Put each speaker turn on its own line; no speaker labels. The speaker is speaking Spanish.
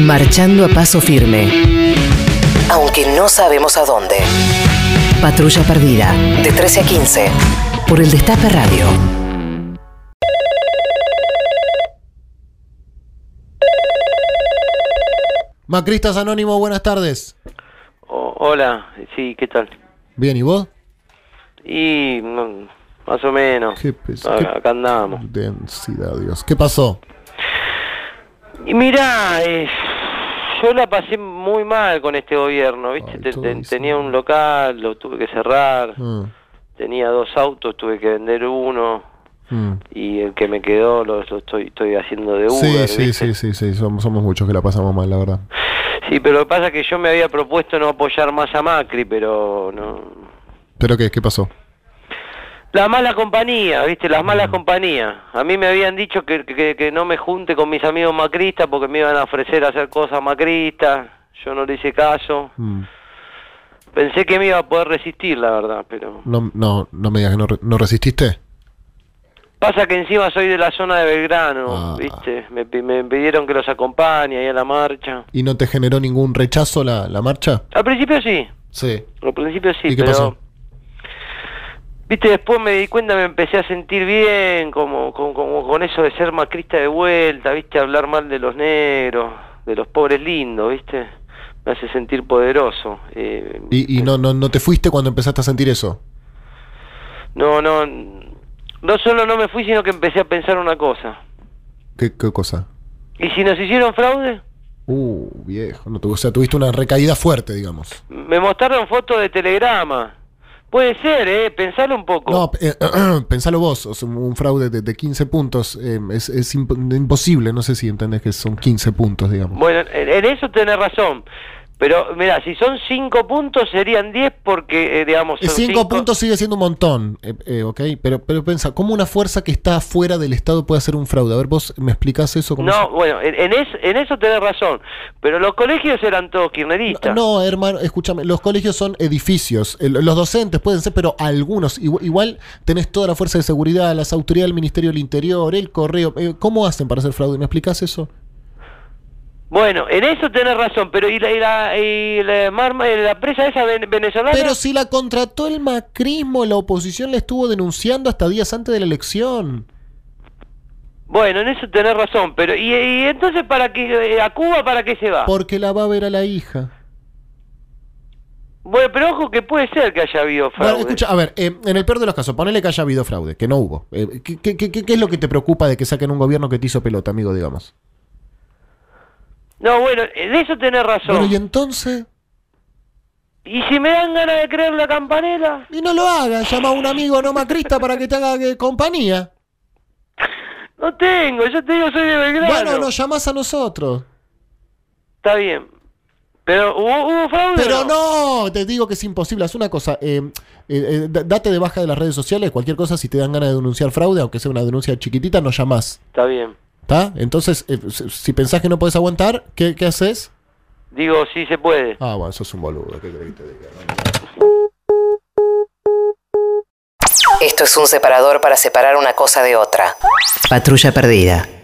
Marchando a paso firme. Aunque no sabemos a dónde. Patrulla perdida. De 13 a 15. Por el Destape Radio.
Macristas Anónimo, buenas tardes.
O- hola, sí, ¿qué tal?
Bien, ¿y vos?
Y no, más o menos.
Qué pes-
Acá-
qué-
Acá andamos.
Densidad, Dios. ¿Qué pasó?
Y mirá, eh, yo la pasé muy mal con este gobierno, ¿viste?
Ay,
Te-
todo
te-
eso.
tenía un local, lo tuve que cerrar.
Mm,
Tenía dos autos, tuve que vender uno.
mm.
Y el que me quedó lo, lo estoy, estoy haciendo de
Sí,
Uber.
sí, sí,
¿viste?
sí, sí, somos, somos muchos que la pasamos mal, la verdad.
Sí, pero lo que pasa es que yo me había propuesto no apoyar más a Macri, pero no.
¿Pero qué? ¿Qué pasó?
La mala compañía, viste, las malas compañías. A mí me habían dicho que, que- que no me junte con mis amigos macristas porque me iban a ofrecer hacer cosas macristas. Yo no le hice caso.
Mm,
Pensé que me iba a poder resistir, la verdad, pero...
No, no, no me digas que no, re- ¿no resististe.
Pasa que encima soy de la zona de Belgrano,
Ah.
viste. Me, pi- me pidieron que los acompañe ahí a la marcha.
¿Y no te generó ningún rechazo la, la marcha?
Al principio sí,
Sí.
al principio sí,
¿Y qué
pero...
pasó?
Viste, después me di cuenta, me empecé a sentir bien, como, como, como con eso de ser macrista de vuelta, viste, hablar mal de los negros, de los pobres lindos, viste, me hace sentir poderoso. eh,
¿Y, y no, no, no te fuiste cuando empezaste a sentir eso?
No, no, no solo no me fui, sino que empecé a pensar una cosa.
¿Qué, qué cosa?
¿Y si nos hicieron fraude?
Uh, viejo. No, tu- o sea, tuviste una recaída fuerte, digamos.
Me mostraron fotos de telegrama. Puede ser, eh, pensalo un poco.
No, eh, pensalo vos, o sea, un fraude de, de 15 puntos eh, es, es imp- imposible, no sé si entendés que son 15 puntos, digamos.
Bueno, en en eso tenés razón. Pero, mira, si son cinco puntos serían 10 porque, eh, digamos, son
5
cinco-
puntos sigue siendo un montón, eh, eh, ¿ok? Pero, pero pensa, ¿cómo una fuerza que está fuera del Estado puede hacer un fraude? A ver, vos me explicás eso. cómo
No, bueno, en, en es- en eso tenés razón. Pero los colegios eran todos
se-
kirchneristas.
No, hermano, escúchame, los colegios son edificios, el- los docentes pueden ser, pero algunos, igu- igual tenés toda la fuerza de seguridad, las autoridades del Ministerio del Interior, el correo, eh, ¿cómo hacen para hacer fraude? ¿Me explicás eso?
Bueno, en eso tenés razón. Pero, ¿y la, y la, y la marma- eh, la presa esa ven- venezolana?
Pero si la contrató el macrismo, la oposición la estuvo denunciando hasta días antes de la elección.
Bueno, en eso tenés razón. Pero, ¿y, y entonces para qué, eh, a Cuba para qué se va?
Porque la va a ver a la hija.
Bueno, pero ojo que puede ser que haya habido fraude.
Bueno, escucha, a ver, eh, en el peor de los casos, ponele que haya habido fraude, que no hubo. Eh, ¿qué- qué, qué- qué- qué es lo que te preocupa de que saquen un gobierno que te hizo pelota, amigo, digamos?
No, bueno, en eso tenés razón.
Bueno, y entonces,
¿Y si me dan ganas de creer la campanela?
y no lo hagas, llama a un amigo no macrista para que te haga eh, compañía.
No tengo, yo te digo soy de Belgrano.
Bueno, nos llamás a nosotros.
Está bien. Pero hubo, hubo fraude.
Pero
o
no, te digo que es imposible. Haz una cosa, eh, eh, eh, da- date de baja de las redes sociales, cualquier cosa, si te dan ganas de denunciar fraude, aunque sea una denuncia chiquitita, nos llamás.
Está bien.
¿Está? Entonces, eh, si- si pensás que no podés aguantar, ¿qué, qué haces?
Digo, sí se puede.
Ah, bueno, sos un boludo, ¿qué crees que te diga?
Esto es un separador para separar una cosa de otra. Patrulla perdida.